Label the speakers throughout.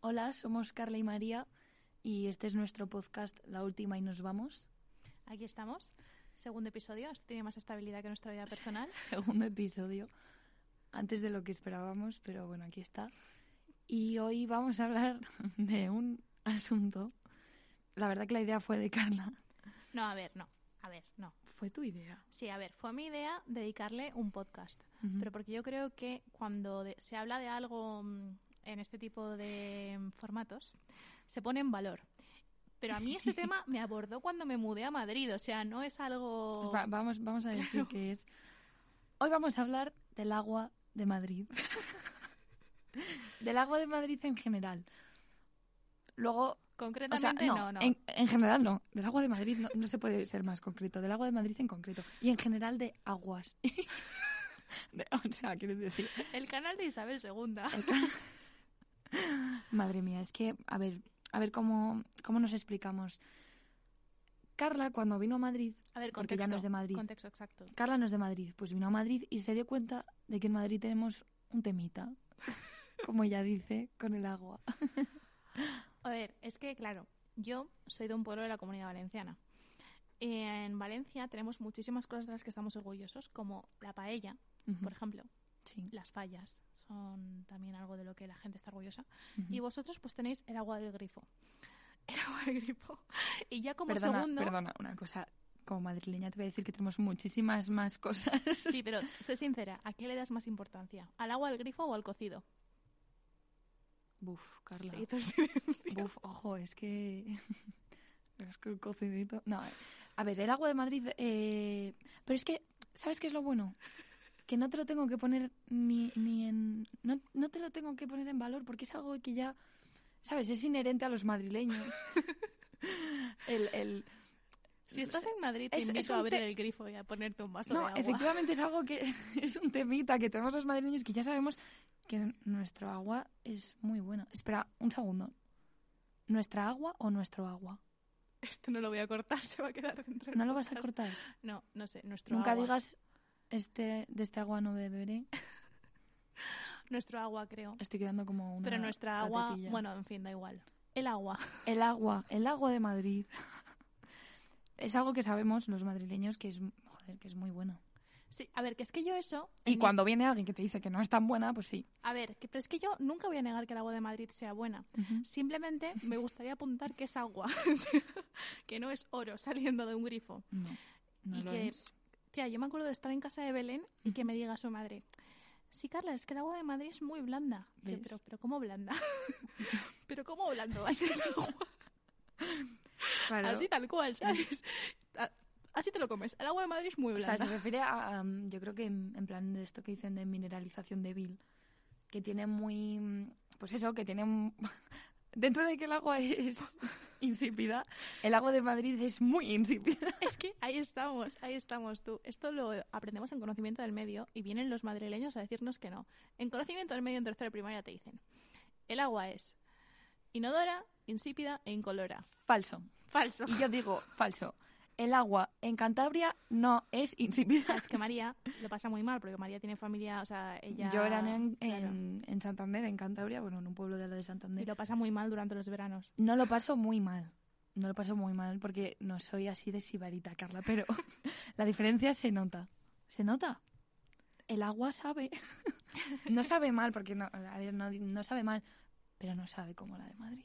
Speaker 1: Hola, somos Carla y María y este es nuestro podcast La Última y nos vamos.
Speaker 2: Aquí estamos. Segundo episodio. Tiene más estabilidad que nuestra vida personal.
Speaker 1: Segundo episodio. Antes de lo que esperábamos, pero bueno, aquí está. Y hoy vamos a hablar de un asunto. La verdad que la idea fue de Carla.
Speaker 2: No, a ver, no. A ver, no.
Speaker 1: Fue tu idea.
Speaker 2: Sí, a ver, fue mi idea dedicarle un podcast.
Speaker 1: Ujú.
Speaker 2: Pero porque yo creo que cuando de- se habla de algo mm, en este tipo de mm, formatos, se pone en valor. Pero a mí este tema me abordó cuando me mudé a Madrid. O sea, no es algo...
Speaker 1: Va- vamos, vamos a decir
Speaker 2: Claro.
Speaker 1: que es. Hoy vamos a hablar del agua de Madrid. del agua de Madrid en general. Luego, o sea,
Speaker 2: Concretamente,
Speaker 1: no,
Speaker 2: no, no.
Speaker 1: En, en general no. Del agua de Madrid no, no se puede ser más concreto. Del agua de Madrid en concreto. Y en general de aguas. De- o sea, quiero decir.
Speaker 2: El canal de Isabel II.
Speaker 1: Madre mía, es que, a ver, a ver cómo, cómo nos explicamos. Carla, cuando vino a Madrid,
Speaker 2: A ver, contexto.
Speaker 1: Porque ya no es de Madrid.
Speaker 2: Contexto exacto.
Speaker 1: Carla no es de Madrid, pues vino a Madrid y se dio cuenta de que en Madrid tenemos un temita, como ella dice, con el agua.
Speaker 2: A ver, es que, claro, yo soy de un pueblo de la comunidad valenciana. En Valencia tenemos muchísimas cosas de las que estamos orgullosos, como la paella, por ejemplo,
Speaker 1: Sí.
Speaker 2: las fallas, son también algo de lo que la gente está orgullosa. Y vosotros, pues tenéis el agua del grifo. El agua del grifo. Y ya como
Speaker 1: perdona,
Speaker 2: segundo.
Speaker 1: perdona, una cosa, como madrileña te voy a decir que tenemos muchísimas más cosas.
Speaker 2: Sí, pero sé sincera, ¿a qué le das más importancia? ¿Al agua del grifo o al cocido?
Speaker 1: Buf, Carla.
Speaker 2: Se hizo el silencio.
Speaker 1: Buf, ojo, es que... es que el cocidito... No, eh. a ver, el agua de Madrid... eh, Pero es que, ¿sabes qué es lo bueno? Que no te lo tengo que poner ni, ni en... No, no te lo tengo que poner en valor porque es algo que ya... ¿Sabes? Es inherente a los madrileños. el... el...
Speaker 2: Si
Speaker 1: no
Speaker 2: estás
Speaker 1: sé.
Speaker 2: en Madrid, te
Speaker 1: Es- es
Speaker 2: invito a
Speaker 1: un
Speaker 2: abrir
Speaker 1: te-
Speaker 2: el grifo y a ponerte un vaso
Speaker 1: No,
Speaker 2: de agua.
Speaker 1: efectivamente es algo que es un temita que tenemos los madrileños que ya sabemos que n- nuestro agua es muy buena. Espera, un segundo. ¿Nuestra agua o nuestro agua?
Speaker 2: Esto no lo voy a cortar, se va a quedar dentro. del
Speaker 1: ¿No lo vas a
Speaker 2: podcast.
Speaker 1: cortar?
Speaker 2: No, no sé, nuestro
Speaker 1: Nunca
Speaker 2: agua.
Speaker 1: digas este, de este agua no beberé.
Speaker 2: Nuestro agua, creo.
Speaker 1: Estoy quedando como una.
Speaker 2: Pero nuestra agua,
Speaker 1: catetilla.
Speaker 2: bueno, en fin, da igual. El agua.
Speaker 1: El agua, el agua de Madrid. es algo que sabemos los madrileños que es, joder, que es muy buena.
Speaker 2: Sí, a ver, que es que yo eso...
Speaker 1: Y
Speaker 2: en-
Speaker 1: cuando viene alguien que te dice que no es tan buena, pues sí.
Speaker 2: A ver, que, pero es que yo nunca voy a negar que el agua de Madrid sea buena. Simplemente me gustaría apuntar que es agua. O sea, que no es oro saliendo de un grifo.
Speaker 1: No, no
Speaker 2: Y
Speaker 1: lo
Speaker 2: que-
Speaker 1: es.
Speaker 2: Tía, yo me acuerdo de estar en casa de Belén y que me diga su madre... Sí, Carla, es que el agua de Madrid es muy blanda. Y yo,
Speaker 1: ¿Ves?
Speaker 2: pero, pero ¿cómo blanda? pero ¿cómo blando va a ser el agua?
Speaker 1: Claro.
Speaker 2: Así tal cual, ¿sabes? A- Así te lo comes. El agua de Madrid es muy
Speaker 1: O sea,
Speaker 2: blanda.
Speaker 1: se refiere a, am, yo creo que en, en plan de esto que dicen de mineralización débil, que tiene muy, mm, pues eso, que tiene, un- dentro de que el agua es insípida, el agua de Madrid es muy insípida.
Speaker 2: Es que ahí estamos, ahí estamos tú. Esto lo aprendemos en conocimiento del medio y vienen los madrileños a decirnos que no. En conocimiento del medio en tercera primaria te dicen, el agua es inodora, insípida e incolora.
Speaker 1: Falso.
Speaker 2: Falso.
Speaker 1: Y yo digo, falso. El agua en Cantabria no es insípida.
Speaker 2: Es que María lo pasa muy mal porque María tiene familia, o sea, ella...
Speaker 1: Yo era en, en-
Speaker 2: claro,
Speaker 1: en Santander, en Cantabria, bueno, en un pueblo de al lado de
Speaker 2: y
Speaker 1: Santander.
Speaker 2: lo pasa muy mal durante los veranos.
Speaker 1: No lo paso muy mal. No lo paso muy mal porque no soy así de sibarita, Carla, pero la diferencia se nota. ¿Se nota? El agua sabe. No sabe mal, porque no, a ver, no, no sabe mal, pero no sabe como la de Madrid.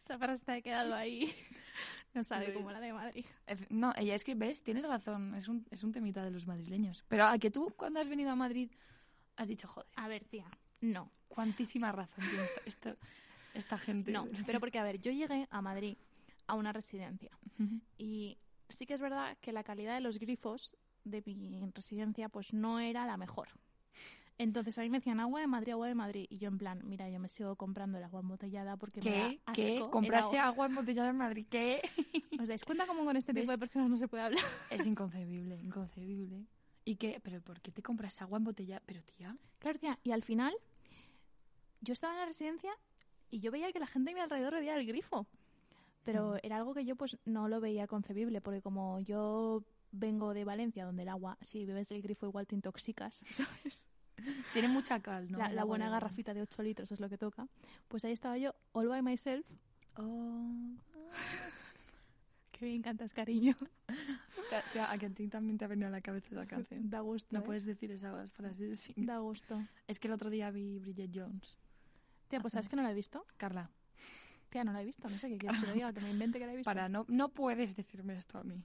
Speaker 2: Esa frase te ha quedado ahí. No sabe
Speaker 1: Lo
Speaker 2: cómo
Speaker 1: es.
Speaker 2: la de Madrid.
Speaker 1: Efe- No, ella es que, ves, tienes razón, es un, es un temita de los madrileños. Pero a que tú, cuando has venido a Madrid, has dicho, joder,
Speaker 2: A ver, tía, no.
Speaker 1: cuantísima razón tiene esta, esta, esta gente.
Speaker 2: No, pero porque, a ver, yo llegué a Madrid a una residencia y sí que es verdad que la calidad de los grifos de mi residencia pues no era la mejor. Entonces a mí me decían agua de Madrid, agua de Madrid. Y yo en plan, mira, yo me sigo comprando el agua embotellada porque me da
Speaker 1: ¿Qué?
Speaker 2: asco.
Speaker 1: ¿Qué?
Speaker 2: el
Speaker 1: ¿Comprarse
Speaker 2: agua.
Speaker 1: agua embotellada en Madrid? ¿Qué?
Speaker 2: ¿Os dais cuenta cómo con este tipo
Speaker 1: ¿Ves?
Speaker 2: de personas no se puede hablar?
Speaker 1: Es inconcebible, inconcebible. ¿Y qué? ¿Pero por qué te compras agua embotellada? Pero tía,
Speaker 2: Claro, tía. Y al final, yo estaba en la residencia y yo veía que la gente a mi alrededor bebía del grifo. Pero
Speaker 1: Mm.
Speaker 2: era algo que yo pues no lo veía concebible, porque como yo vengo de Valencia, donde el agua, si bebes del grifo igual te intoxicas, ¿sabes?
Speaker 1: tiene mucha cal, ¿no?
Speaker 2: la,
Speaker 1: El
Speaker 2: la
Speaker 1: agua
Speaker 2: buena
Speaker 1: de-
Speaker 2: garrafita de 8 litros es lo que toca. Pues ahí estaba yo, all by myself.
Speaker 1: Oh.
Speaker 2: Que me encantas, cariño.
Speaker 1: Ca- tía, a que a ti también te ha venido a la cabeza esa canción.
Speaker 2: Da gusto.
Speaker 1: No
Speaker 2: ¿eh?
Speaker 1: puedes decir esas frases. sin-
Speaker 2: Da gusto.
Speaker 1: Es que el otro día vi Bridget Jones.
Speaker 2: Tía, pues ¿sabes que no la he visto?
Speaker 1: Carla,
Speaker 2: Tía, no la he visto. No sé qué quieres que le diga, que me invente que la he visto.
Speaker 1: para, no, no puedes decirme esto a mí.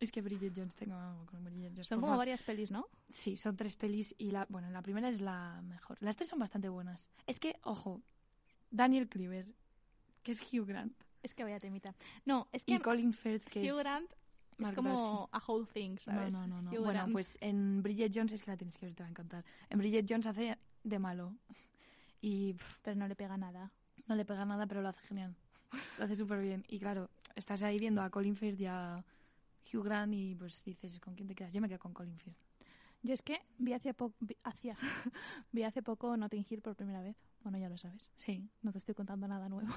Speaker 1: es que Bridget Jones, tengo algo con Bridget Jones.
Speaker 2: Son
Speaker 1: por
Speaker 2: como
Speaker 1: favor.
Speaker 2: varias pelis, ¿no?
Speaker 1: Sí, son tres pelis y la, bueno, la primera es la mejor. Las tres son bastante buenas. Es que, ojo, Daniel Cleaver, que es Hugh Grant,
Speaker 2: Es que vaya temita. No, es que
Speaker 1: y Colin Firth, que es...
Speaker 2: Hugh Grant es
Speaker 1: Mark
Speaker 2: como a whole thing,
Speaker 1: No,
Speaker 2: ¿sabes?
Speaker 1: no, no, no.
Speaker 2: Hugh
Speaker 1: Bueno,
Speaker 2: Grant.
Speaker 1: pues en Bridget Jones, es que la tienes que ver, te va a encantar. En Bridget Jones hace de malo. Y pf,
Speaker 2: Pero no le pega nada.
Speaker 1: no le pega nada, pero lo hace genial. Lo hace súper bien. Y claro, estás ahí viendo a Colin Firth y a Hugh Grant y pues dices, ¿con quién te quedas? Yo me quedo con Colin Firth.
Speaker 2: Yo es que vi hace poco vi, hacia- vi hace poco Notting Hill por primera vez. Bueno, ya lo sabes.
Speaker 1: Sí.
Speaker 2: No te estoy contando nada nuevo.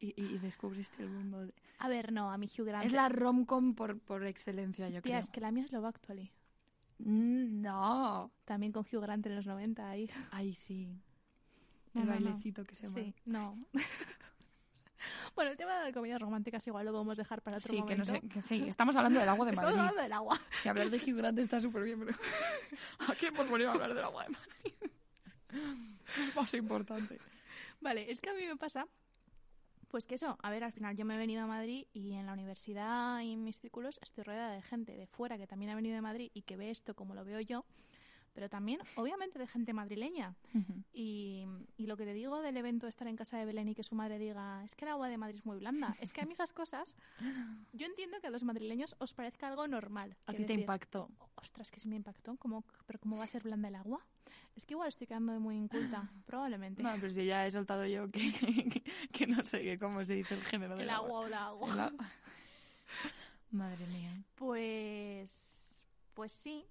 Speaker 1: Y, y- y descubriste el mundo. de-
Speaker 2: A ver, Ah, no, a mi Hugh Grant.
Speaker 1: Es la rom-com por, por excelencia, yo
Speaker 2: Tía,
Speaker 1: creo.
Speaker 2: es que la mía es Love Actually.
Speaker 1: Mm, No.
Speaker 2: También con Hugh Grant en los 90 ahí.
Speaker 1: Ay, sí.
Speaker 2: No,
Speaker 1: el
Speaker 2: no, no.
Speaker 1: bailecito que se mueve.
Speaker 2: Sí, no. bueno, el tema de comedias románticas igual lo podemos dejar para otro
Speaker 1: Sí, que no
Speaker 2: momento.
Speaker 1: sé. que sí, estamos hablando del agua de
Speaker 2: Estamos
Speaker 1: Madrid.
Speaker 2: hablando del agua.
Speaker 1: Que hablar de Hugh Grant está súper bien, pero. Aquí hemos venido a hablar del agua de Madrid. Es más importante.
Speaker 2: Vale, es que a mí me pasa, pues que eso, a ver, al final yo me he venido a Madrid y en la universidad y en mis círculos estoy rodeada de gente de fuera que también ha venido de Madrid y que ve esto como lo veo yo, pero también, obviamente, de gente madrileña. Y, y lo que te digo del evento de estar en casa de Belén y que su madre diga, es que el agua de Madrid es muy blanda, es que a mí esas cosas, yo entiendo que a los madrileños os parezca algo normal.
Speaker 1: A
Speaker 2: que
Speaker 1: ti te
Speaker 2: decir,
Speaker 1: impactó.
Speaker 2: Ostras, que sí me impactó, ¿cómo- pero ¿cómo va a ser blanda el agua? Es que igual estoy quedando muy inculta, probablemente.
Speaker 1: No, pero si ya he soltado yo que, que, que no sé qué- cómo se dice el género del
Speaker 2: el agua o la agua.
Speaker 1: El agua. Madre mía.
Speaker 2: Pues, pues sí.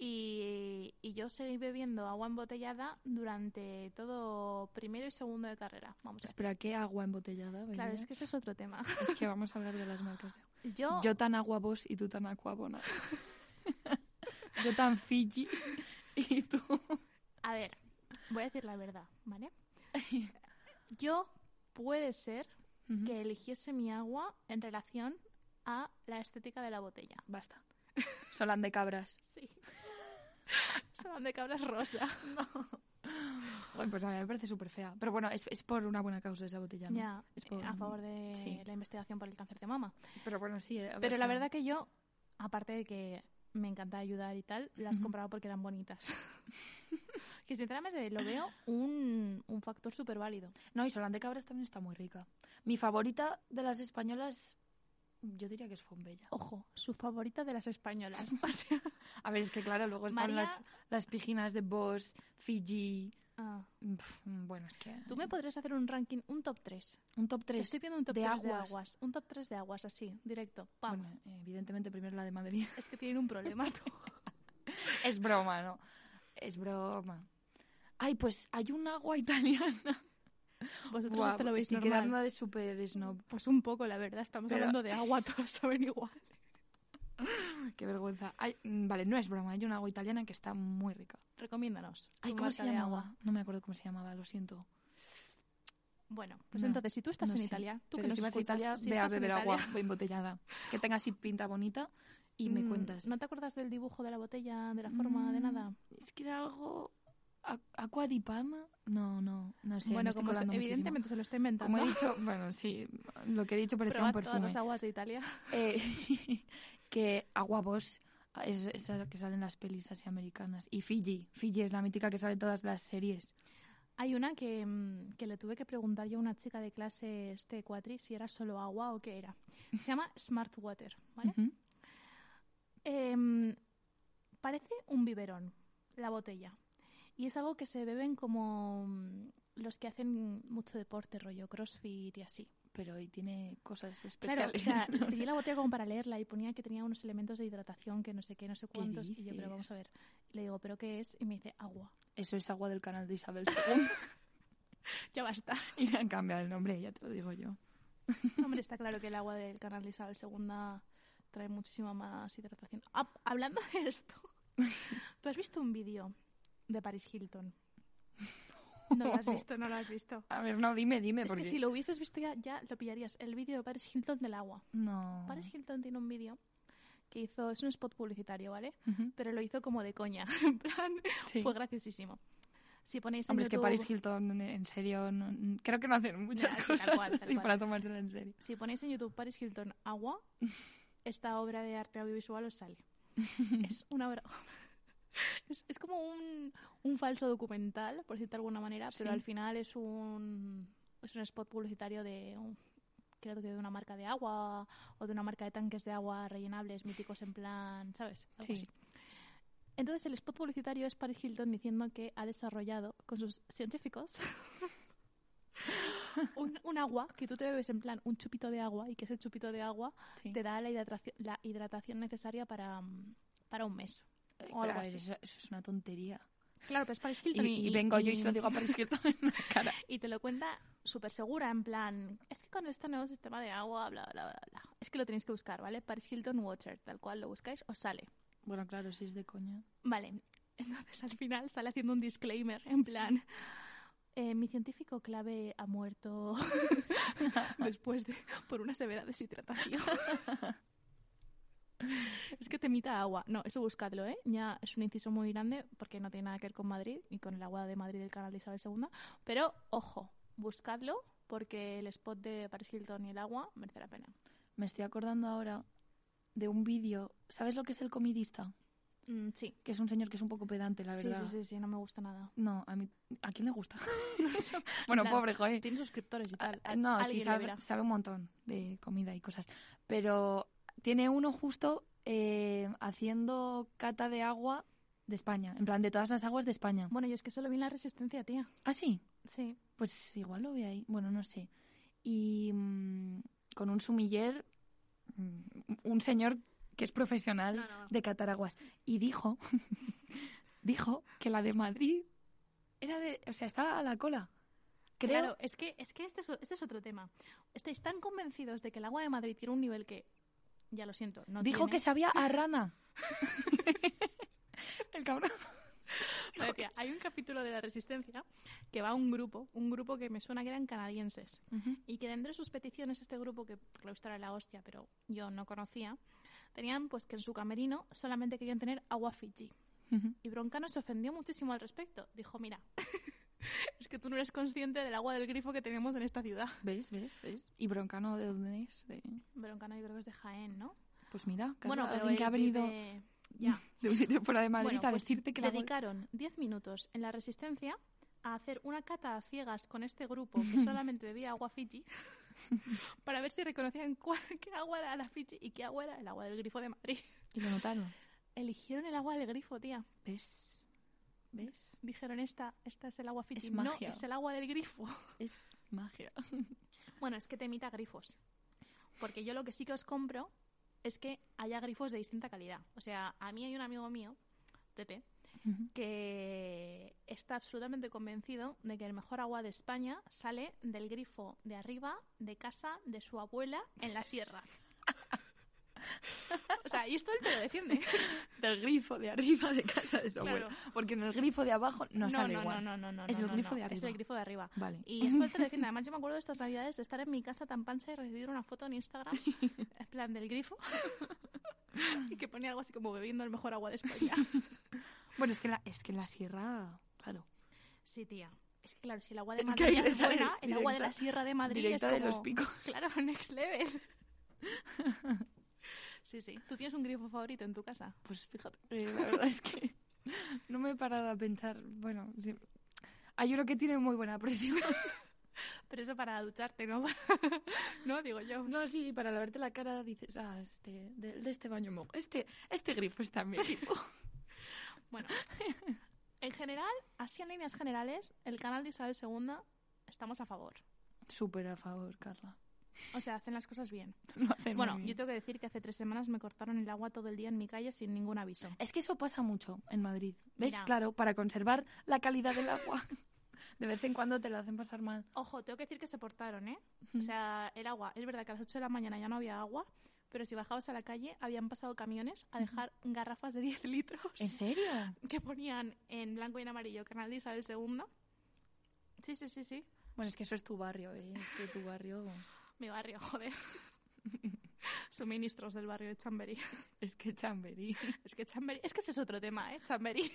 Speaker 2: Y, y yo seguí bebiendo agua embotellada durante todo primero y segundo de carrera. Vamos a ver.
Speaker 1: Espera, ¿qué agua embotellada?
Speaker 2: Claro,
Speaker 1: veías?
Speaker 2: es que ese es otro tema.
Speaker 1: Es que vamos a hablar de las marcas de agua.
Speaker 2: Yo,
Speaker 1: Yo tan agua vos y tú tan acuabona. Yo tan Fiji y tú.
Speaker 2: a ver, voy a decir la verdad, ¿vale? Yo puede ser
Speaker 1: Mm.
Speaker 2: que eligiese mi agua en relación a la estética de la botella.
Speaker 1: Basta. Solán de cabras.
Speaker 2: Sí. Son de cabras rosa.
Speaker 1: Ay, pues a mí me parece súper fea. Pero bueno, es, es por una buena causa esa botella. ¿no?
Speaker 2: Ya, eh,
Speaker 1: Es por-
Speaker 2: a favor de
Speaker 1: sí.
Speaker 2: la investigación por el cáncer de mama.
Speaker 1: Pero bueno, sí. eh, o
Speaker 2: Pero
Speaker 1: sea,
Speaker 2: la verdad que yo, aparte de que me encanta ayudar y tal, las
Speaker 1: Ujú.
Speaker 2: compraba porque eran bonitas. que sinceramente lo veo un, un factor súper válido.
Speaker 1: No, y Solán de cabras también está muy rica. Mi favorita de las españolas, yo diría que es Fombella.
Speaker 2: Ojo, su favorita de las españolas. O sea,
Speaker 1: A ver, es que claro, luego están
Speaker 2: María-
Speaker 1: las, las pijinas de Boss, Fiji.
Speaker 2: ah,
Speaker 1: pf, bueno, es que.
Speaker 2: tú me podrías hacer un ranking, un top 3.
Speaker 1: Un top
Speaker 2: Te
Speaker 1: 3.
Speaker 2: estoy pidiendo un top
Speaker 1: de
Speaker 2: 3 de
Speaker 1: aguas.
Speaker 2: aguas. Un top 3 de aguas, así, directo. Pam.
Speaker 1: Bueno, evidentemente primero la de Madrid.
Speaker 2: Es que tienen un problema. tú.
Speaker 1: Es broma, ¿no? Es broma. Ay, pues hay un agua italiana.
Speaker 2: Vosotros
Speaker 1: Buah,
Speaker 2: esto lo veis
Speaker 1: estoy
Speaker 2: normal.
Speaker 1: quedando de super snob.
Speaker 2: Pues un poco, la verdad. Estamos
Speaker 1: Pero-
Speaker 2: hablando de agua, todos saben igual.
Speaker 1: Qué vergüenza. Ay, mm, vale, no es broma. Hay una agua italiana que está muy rica.
Speaker 2: Recomiéndanos.
Speaker 1: Ay,
Speaker 2: tu
Speaker 1: ¿cómo se
Speaker 2: marca de
Speaker 1: llamaba? No me acuerdo cómo se llamaba, lo siento.
Speaker 2: Bueno, pues
Speaker 1: No,
Speaker 2: entonces, si tú estás
Speaker 1: no
Speaker 2: en
Speaker 1: sé.
Speaker 2: Italia, tú
Speaker 1: Pero
Speaker 2: que nos
Speaker 1: si vas a
Speaker 2: escuchas,
Speaker 1: Italia,
Speaker 2: si
Speaker 1: ve a
Speaker 2: estás en
Speaker 1: beber
Speaker 2: Italia,
Speaker 1: agua embotellada. Que tenga así pinta bonita y me
Speaker 2: mm,
Speaker 1: cuentas.
Speaker 2: ¿No te acuerdas del dibujo de la botella, de la forma, de
Speaker 1: Mm,
Speaker 2: nada?
Speaker 1: Es que era algo... a- ¿Aqua di Parma? No, no, no sé. me
Speaker 2: bueno,
Speaker 1: estoy
Speaker 2: como se-
Speaker 1: colando muchísimo.
Speaker 2: evidentemente se lo está inventando.
Speaker 1: Como he dicho, bueno, sí, lo que he dicho parecía
Speaker 2: Probad
Speaker 1: un
Speaker 2: todas
Speaker 1: perfume.
Speaker 2: las aguas de Italia.
Speaker 1: Eh, que Agua Boss es esa que sale en las pelis así americanas. Y Fiji. Fiji es la mítica que sale en todas las series.
Speaker 2: Hay una que, mm, que le tuve que preguntar yo a una chica de clase este cuatri si era solo agua o qué era. Se llama Smart Water, ¿vale?
Speaker 1: Ujú.
Speaker 2: Em, parece un biberón, la botella. Y es algo que se beben como mm, los que hacen mucho deporte, rollo crossfit y así.
Speaker 1: Pero hoy tiene cosas
Speaker 2: Claro, o
Speaker 1: especiales.
Speaker 2: sea,
Speaker 1: ¿no? O
Speaker 2: pedí
Speaker 1: sea,
Speaker 2: la botella como para leerla y ponía que tenía unos elementos de hidratación que no sé qué, no sé cuántos. Y yo,
Speaker 1: dices?
Speaker 2: pero vamos a ver. Y le digo, ¿pero qué es? Y me dice, agua.
Speaker 1: Eso es agua del canal de Isabel II.
Speaker 2: Ya basta.
Speaker 1: y le han cambiado el nombre, ya te lo digo yo.
Speaker 2: Hombre, está claro que el agua del canal de Isabel II trae muchísima más hidratación. Ah, hablando de esto, ¿tú has visto un vídeo de Paris Hilton? No lo has visto, no lo has visto.
Speaker 1: A ver, no, dime, dime.
Speaker 2: Es
Speaker 1: porque...
Speaker 2: que si lo hubieses visto ya, ya lo pillarías. El vídeo de Paris Hilton del agua.
Speaker 1: No.
Speaker 2: Paris Hilton tiene un vídeo que hizo, es un spot publicitario, ¿vale?
Speaker 1: Ujú.
Speaker 2: Pero lo hizo como de coña. En plan,
Speaker 1: Sí.
Speaker 2: fue graciosísimo. Si ponéis en
Speaker 1: Hombre, es que
Speaker 2: YouTube-
Speaker 1: Paris Hilton, en serio, no- creo que no hacen muchas
Speaker 2: sí, tal
Speaker 1: cosas
Speaker 2: cual, tal
Speaker 1: así
Speaker 2: cual.
Speaker 1: para tomársela en serio.
Speaker 2: Si ponéis en YouTube Paris Hilton Agua, esta obra de arte audiovisual os sale. es una obra. Es, es como un, un falso documental, por decirlo de alguna manera, pero
Speaker 1: Sí.
Speaker 2: al final es un, es un spot publicitario de un- creo que de una marca de agua o de una marca de tanques de agua rellenables míticos en plan, ¿sabes? Algo
Speaker 1: Sí.
Speaker 2: así. Entonces el spot publicitario es Paris Hilton diciendo que ha desarrollado con sus científicos un, un agua que tú te bebes en plan un chupito de agua y que ese chupito de agua
Speaker 1: Sí.
Speaker 2: te da la hidratación, la hidratación necesaria para, mm, para un mes.
Speaker 1: Eh,
Speaker 2: o
Speaker 1: pero
Speaker 2: algo
Speaker 1: a ver,
Speaker 2: así.
Speaker 1: Eso, eso es una tontería.
Speaker 2: Claro, pero es Paris
Speaker 1: Y,
Speaker 2: Hilton.
Speaker 1: y vengo yo y se lo digo a Paris Hilton en la cara.
Speaker 2: Y te lo cuenta súper segura, en plan, es que con este nuevo sistema de agua, bla, bla, bla, bla. Es que lo tenéis que buscar, ¿vale? Paris Hilton Water, tal cual lo buscáis, os sale.
Speaker 1: Bueno, claro, si es de coña.
Speaker 2: Vale, entonces al final sale haciendo un disclaimer, en plan, eh, mi científico clave ha muerto después de, por una severa deshidratación. es que te imita agua. No, eso buscadlo, ¿eh? Ya es un inciso muy grande porque no tiene nada que ver con Madrid y con el agua de Madrid del canal de Isabel II. Pero, ojo, buscadlo porque el spot de Paris Hilton y el agua merece la pena.
Speaker 1: Me estoy acordando ahora de un vídeo. ¿Sabes lo que es el comidista?
Speaker 2: Mm, sí.
Speaker 1: Que es un señor que es un poco pedante, la
Speaker 2: sí,
Speaker 1: verdad.
Speaker 2: sí, sí, sí, no me gusta nada.
Speaker 1: No, a mí. ¿A quién le gusta? bueno,
Speaker 2: Nada.
Speaker 1: pobre, joder.
Speaker 2: Tiene suscriptores y tal.
Speaker 1: Ah, No,
Speaker 2: Alguien
Speaker 1: sí
Speaker 2: lo
Speaker 1: sabe,
Speaker 2: verá.
Speaker 1: sabe un montón de comida y cosas. Pero tiene uno justo eh, haciendo cata de agua de España. En plan, de todas las aguas de España.
Speaker 2: Bueno, yo es que solo vi en la resistencia, tía.
Speaker 1: Ah, sí.
Speaker 2: Sí.
Speaker 1: Pues igual lo ve ahí. Bueno, no sé. Y mm, con un sumiller, mm, un señor que es profesional
Speaker 2: No, no, no.
Speaker 1: de cataraguas. Y dijo, dijo que la de Madrid era de... O sea, estaba a la cola. Creo...
Speaker 2: Claro, es que, es que este, es, o- este es otro tema. Estáis tan convencidos de que el agua de Madrid tiene un nivel que, ya lo siento, no
Speaker 1: dijo que
Speaker 2: tiene.
Speaker 1: sabía a rana. El cabrón.
Speaker 2: Pero, tía, hay un capítulo de la resistencia que va a un grupo, un grupo que me suena que eran canadienses. y que dentro de sus peticiones este grupo, que por lo visto era la hostia, pero yo no conocía, tenían pues que en su camerino solamente querían tener agua Fiji.
Speaker 1: Ujú.
Speaker 2: Y Broncano se ofendió muchísimo al respecto. Dijo, mira, es que tú no eres consciente del agua del grifo que tenemos en esta ciudad.
Speaker 1: ¿Ves? ¿Ves? ¿Ves? ¿Y Broncano de dónde es? De-
Speaker 2: Broncano yo creo que es de Jaén, ¿no?
Speaker 1: Pues mira,
Speaker 2: bueno,
Speaker 1: bueno,
Speaker 2: pero
Speaker 1: alguien que
Speaker 2: él
Speaker 1: ha venido
Speaker 2: vive- Ya.
Speaker 1: de un sitio fuera de Madrid
Speaker 2: Bueno,
Speaker 1: a
Speaker 2: pues
Speaker 1: decirte que la vol-
Speaker 2: dedicaron 10 minutos en la resistencia a hacer una cata a ciegas con este grupo que solamente bebía agua Fiji para ver si reconocían cuál, qué agua era la Fiji y qué agua era el agua del grifo de Madrid.
Speaker 1: Y lo notaron.
Speaker 2: Eligieron el agua del grifo, tía.
Speaker 1: ¿Ves? ¿Ves?
Speaker 2: Dijeron, esta, esta es el agua Fiji.
Speaker 1: Es
Speaker 2: no,
Speaker 1: magia.
Speaker 2: es el agua del grifo.
Speaker 1: Es magia.
Speaker 2: Bueno, es que te imita grifos. Porque yo lo que sí que os compro es que haya grifos de distinta calidad. O sea, a mí hay un amigo mío, Pepe, que está absolutamente convencido de que el mejor agua de España sale del grifo de arriba de casa de su abuela en la sierra. o sea, y esto él te lo defiende.
Speaker 1: Del grifo de arriba de casa de su
Speaker 2: Claro.
Speaker 1: abuelo. Porque en el grifo de abajo no, sale
Speaker 2: no,
Speaker 1: igual.
Speaker 2: no, no, no,
Speaker 1: Es
Speaker 2: no,
Speaker 1: el
Speaker 2: no,
Speaker 1: grifo
Speaker 2: no.
Speaker 1: de
Speaker 2: Es
Speaker 1: arriba.
Speaker 2: el grifo de arriba.
Speaker 1: Vale.
Speaker 2: Y esto él te lo defiende. Además, yo me acuerdo de estas navidades de estar en mi casa tan pancha y recibir una foto en Instagram, en plan del grifo, y que ponía algo así como bebiendo el mejor agua de España.
Speaker 1: Bueno, es que, la, es que en la sierra, claro.
Speaker 2: Sí, tía. Es que claro, si el agua de
Speaker 1: Es que ahí
Speaker 2: Madrid ya
Speaker 1: le
Speaker 2: es
Speaker 1: sale
Speaker 2: buena, el agua de
Speaker 1: directa-
Speaker 2: la Sierra de Madrid
Speaker 1: Directa
Speaker 2: es
Speaker 1: de
Speaker 2: como...
Speaker 1: los picos.
Speaker 2: Claro, next level. Sí, sí. ¿Tú tienes un grifo favorito en tu casa?
Speaker 1: Pues fíjate, eh, la verdad es que no me he parado a pensar. Bueno, sí. hay uno que tiene muy buena presión.
Speaker 2: Pero eso para ducharte, ¿no? no, digo yo.
Speaker 1: No, sí, para lavarte la cara dices, ah, este, de, de este baño mojo. Este, este grifo está en mi equipo.
Speaker 2: Bueno, En general, así en líneas generales, el canal de Isabel II estamos a favor.
Speaker 1: Súper a favor, Carla.
Speaker 2: O sea, hacen las cosas bien.
Speaker 1: Lo hacen muy
Speaker 2: bueno,
Speaker 1: bien.
Speaker 2: yo tengo que decir que hace tres semanas me cortaron el agua todo el día en mi calle sin ningún aviso.
Speaker 1: Es que eso pasa mucho en Madrid. ¿Ves?
Speaker 2: Mira.
Speaker 1: Claro, para conservar la calidad del agua. De vez en cuando te la hacen pasar mal.
Speaker 2: Ojo, tengo que decir que se portaron, ¿eh? O sea, el agua. Es verdad que a las 8 de la mañana ya no había agua, pero si bajabas a la calle habían pasado camiones a dejar garrafas de 10 litros
Speaker 1: ¿En serio?
Speaker 2: que ponían en blanco y en amarillo Canal de Isabel II. Sí, sí, sí, sí.
Speaker 1: Bueno, es que eso es tu barrio, ¿eh? Es que tu barrio...
Speaker 2: Mi barrio, joder. Suministros del barrio de Chamberí.
Speaker 1: Es que Chamberí.
Speaker 2: Es que Chamberí... Es que ese es otro tema, ¿eh? Chamberí.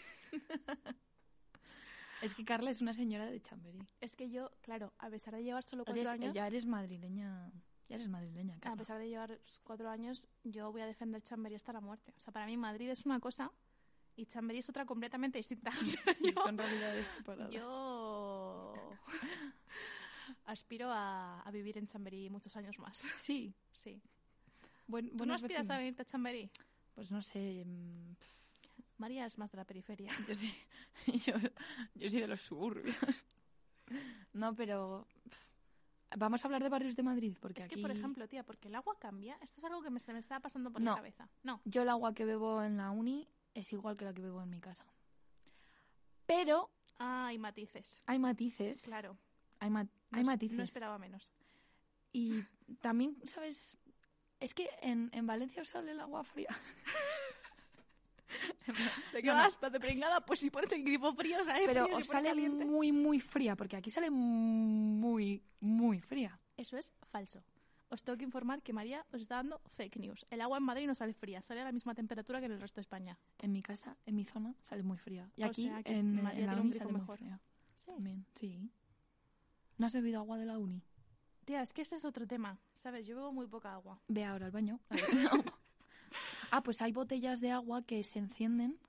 Speaker 1: Es que Carla es una señora de Chamberí.
Speaker 2: Es que yo, claro, a pesar de llevar solo cuatro
Speaker 1: Eres-
Speaker 2: años...
Speaker 1: ya eres madrileña. Ya eres madrileña, Carla.
Speaker 2: A pesar de llevar cuatro años, yo voy a defender Chamberí hasta la muerte. O sea, para mí Madrid es una cosa y Chamberí es otra completamente distinta. O sea,
Speaker 1: Sí,
Speaker 2: yo,
Speaker 1: son realidades separadas.
Speaker 2: yo aspiro a, a vivir en Chamberí muchos años más.
Speaker 1: Sí.
Speaker 2: Sí.
Speaker 1: Buen,
Speaker 2: ¿Tú no
Speaker 1: buenos
Speaker 2: aspiras a
Speaker 1: vecinos.
Speaker 2: venirte a Chamberí?
Speaker 1: Pues no sé... mm,
Speaker 2: María es más de la periferia.
Speaker 1: Yo soy, yo, yo soy de los suburbios. No, pero... pff, Vamos a hablar de barrios de Madrid, porque
Speaker 2: Es que, por
Speaker 1: aquí-
Speaker 2: ejemplo, tía, porque el agua cambia. Esto es algo que me, se me está pasando por
Speaker 1: No.
Speaker 2: la cabeza. No.
Speaker 1: Yo el agua que bebo en la uni es igual que la que bebo en mi casa. Pero
Speaker 2: Ah, y matices.
Speaker 1: hay matices.
Speaker 2: Claro.
Speaker 1: Hay, ma-
Speaker 2: No
Speaker 1: hay
Speaker 2: es-
Speaker 1: matices.
Speaker 2: No esperaba menos.
Speaker 1: Y también, ¿sabes? Es que en, en Valencia os sale el agua fría.
Speaker 2: ¿De
Speaker 1: qué vas?
Speaker 2: ¿De pringada? Pues si pones el grifo frío, ¿sabes?
Speaker 1: Pero os sale muy, muy fría, porque aquí sale muy, muy fría.
Speaker 2: Eso es falso. Os tengo que informar que María os está dando fake news. El agua en Madrid no sale fría, sale a la misma temperatura que en el resto de España.
Speaker 1: En mi casa, en mi zona, sale muy fría. Y
Speaker 2: O
Speaker 1: aquí,
Speaker 2: sea que
Speaker 1: en,
Speaker 2: María
Speaker 1: en la
Speaker 2: tiene un
Speaker 1: uni,
Speaker 2: grifo
Speaker 1: sale muy
Speaker 2: mejor.
Speaker 1: fría.
Speaker 2: Sí.
Speaker 1: También, sí. ¿No has bebido agua de la uni?
Speaker 2: Tía, es que ese es otro tema. ¿Sabes? Yo bebo muy poca agua.
Speaker 1: Ve ahora al baño. a ver. ah, pues hay botellas de agua que se encienden.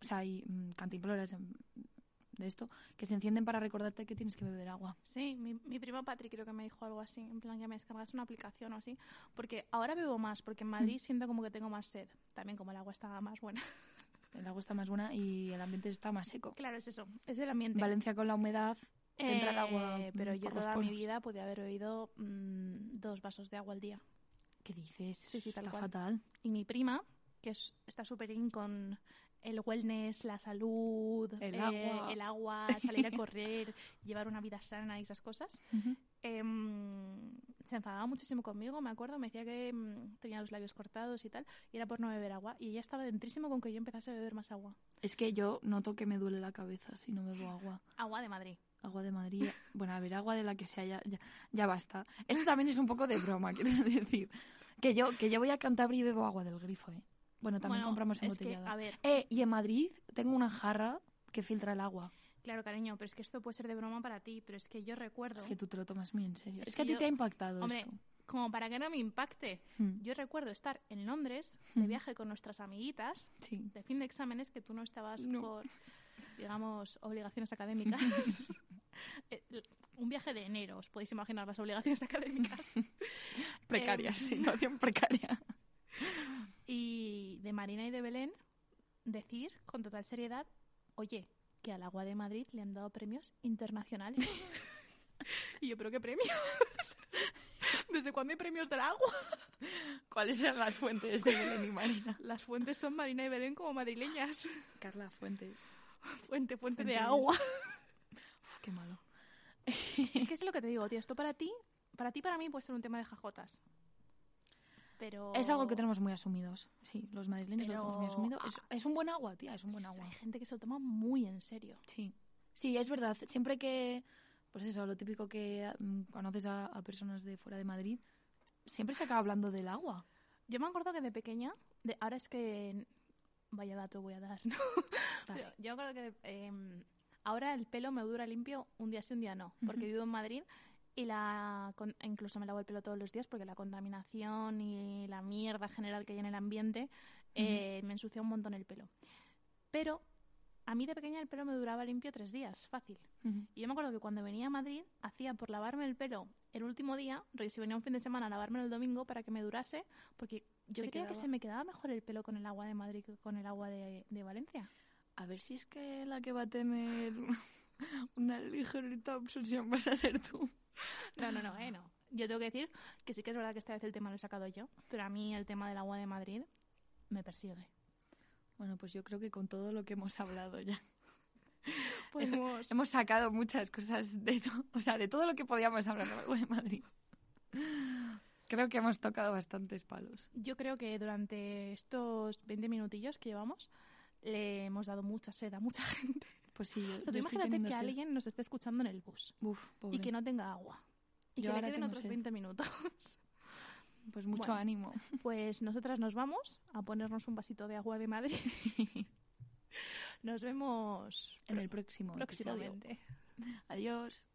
Speaker 1: O sea, hay mm, cantimploras em, de esto que se encienden para recordarte que tienes que beber agua.
Speaker 2: Sí, mi, mi primo Patrick creo que me dijo algo así, en plan que me descargas una aplicación o así. Porque ahora bebo más, porque en Madrid siento como que tengo más sed. También como el agua está más buena.
Speaker 1: El agua está más buena y el ambiente está más seco.
Speaker 2: Claro, es eso, es el ambiente.
Speaker 1: Valencia con la humedad te entra el agua.
Speaker 2: Eh,
Speaker 1: mm,
Speaker 2: Pero yo
Speaker 1: por los
Speaker 2: toda mi
Speaker 1: poros.
Speaker 2: vida podía haber bebido mm, dos vasos de agua al día.
Speaker 1: ¿Qué dices?
Speaker 2: Sí, sí,
Speaker 1: Eso
Speaker 2: tal
Speaker 1: está
Speaker 2: cual.
Speaker 1: fatal.
Speaker 2: Y mi prima, que es- está súper in con el wellness, la salud, eh,
Speaker 1: El agua.
Speaker 2: el agua, salir a correr, llevar una vida sana y esas cosas, em, se enfadaba muchísimo conmigo, me acuerdo, me decía que em, tenía los labios cortados y tal, y era por no beber agua. Y ella estaba dentrísimo con que yo empezase a beber más agua.
Speaker 1: Es que yo noto que me duele la cabeza si no bebo agua.
Speaker 2: Agua de Madrid.
Speaker 1: Agua de Madrid. Bueno, a ver, agua de la que sea, ya, ya, ya basta. Esto también es un poco de broma, quiero decir. Que yo, que yo voy a Cantabria y bebo agua del grifo, ¿eh? Bueno, también
Speaker 2: Bueno,
Speaker 1: compramos
Speaker 2: es que,
Speaker 1: embotellada.
Speaker 2: a ver,
Speaker 1: Eh, y en Madrid tengo una jarra que filtra el agua.
Speaker 2: claro, cariño, pero es que esto puede ser de broma para ti, pero es que yo recuerdo,
Speaker 1: Es que tú te lo tomas muy en serio.
Speaker 2: Es
Speaker 1: Es, que a
Speaker 2: que
Speaker 1: ti
Speaker 2: yo-
Speaker 1: te ha impactado
Speaker 2: hombre,
Speaker 1: esto.
Speaker 2: como para que no me impacte,
Speaker 1: Mm,
Speaker 2: yo recuerdo estar en Londres de
Speaker 1: Mm.
Speaker 2: viaje con nuestras amiguitas
Speaker 1: sí.
Speaker 2: de fin de exámenes que tú no estabas
Speaker 1: No.
Speaker 2: por, digamos, obligaciones académicas. Eh, l- Un viaje de enero, os podéis imaginar las obligaciones académicas.
Speaker 1: Eh,
Speaker 2: Precarias,
Speaker 1: situación precaria.
Speaker 2: Y de Marina y de Belén decir con total seriedad, oye, que al Agua de Madrid le han dado premios internacionales. y yo, ¿pero qué premios? ¿Desde cuándo hay premios del agua?
Speaker 1: ¿Cuáles eran las fuentes de Belén y Marina?
Speaker 2: Las fuentes son Marina y Belén como madrileñas.
Speaker 1: Carla, fuentes.
Speaker 2: Fuente, fuente de
Speaker 1: Fuentes.
Speaker 2: agua.
Speaker 1: Uf, qué malo.
Speaker 2: Es que es lo que te digo, tío. Esto para ti, para ti, para mí puede ser un tema de jajotas. Pero.
Speaker 1: Es algo que tenemos muy asumidos. Sí, los madrileños
Speaker 2: Pero-
Speaker 1: lo tenemos muy asumido. Es, es un buen agua, tía, es un buen agua.
Speaker 2: Hay gente que se lo toma muy en serio.
Speaker 1: Sí, sí, es verdad. Siempre que, pues eso, lo típico que mm, conoces a, a personas de fuera de Madrid, siempre se acaba hablando del agua.
Speaker 2: Yo me acuerdo que de pequeña, de, ahora es que. Vaya dato voy a dar, ¿no?
Speaker 1: Dale.
Speaker 2: Pero yo me acuerdo que de- em, ahora el pelo me dura limpio un día sí, un día no, porque
Speaker 1: Ujú.
Speaker 2: vivo en Madrid y la con- incluso me lavo el pelo todos los días porque la contaminación y la mierda general que hay en el ambiente eh, me ensucia un montón el pelo. Pero a mí de pequeña el pelo me duraba limpio tres días, fácil.
Speaker 1: Ujú.
Speaker 2: Y yo me acuerdo que cuando venía a Madrid, hacía por lavarme el pelo el último día, rollo, si venía un fin de semana, lavármelo el domingo para que me durase, porque yo
Speaker 1: Te
Speaker 2: creía que
Speaker 1: quedaba.
Speaker 2: se me quedaba mejor el pelo con el agua de Madrid que con el agua de, de Valencia.
Speaker 1: A ver si es que la que va a tener una ligerita obsesión vas a ser tú.
Speaker 2: No, no, no,
Speaker 1: Ah.
Speaker 2: eh, no. Yo tengo que decir que sí que es verdad que esta vez el tema lo he sacado yo, pero a mí el tema del agua de Madrid me persigue.
Speaker 1: Bueno, pues yo creo que con todo lo que hemos hablado ya.
Speaker 2: Pues
Speaker 1: Eso- Hemos sacado muchas cosas de, to- o sea, de todo lo que podíamos hablar de algo de Madrid. Creo que hemos tocado bastantes palos.
Speaker 2: yo creo que durante estos 20 minutillos que llevamos le hemos dado mucha sed a mucha gente.
Speaker 1: Pues sí, yo,
Speaker 2: O sea, tú
Speaker 1: yo estoy
Speaker 2: imagínate
Speaker 1: teniendo
Speaker 2: que
Speaker 1: sed.
Speaker 2: alguien nos esté escuchando en el bus
Speaker 1: Uf, pobre.
Speaker 2: y que no tenga agua.
Speaker 1: Yo
Speaker 2: Y que le
Speaker 1: ahora
Speaker 2: queden
Speaker 1: tengo
Speaker 2: otros
Speaker 1: sed.
Speaker 2: 20 minutos.
Speaker 1: Pues mucho
Speaker 2: Bueno.
Speaker 1: ánimo.
Speaker 2: Pues nosotras nos vamos a ponernos un vasito de agua de Madrid. Nos vemos
Speaker 1: En el próximo episodio.
Speaker 2: próximamente.
Speaker 1: Adiós.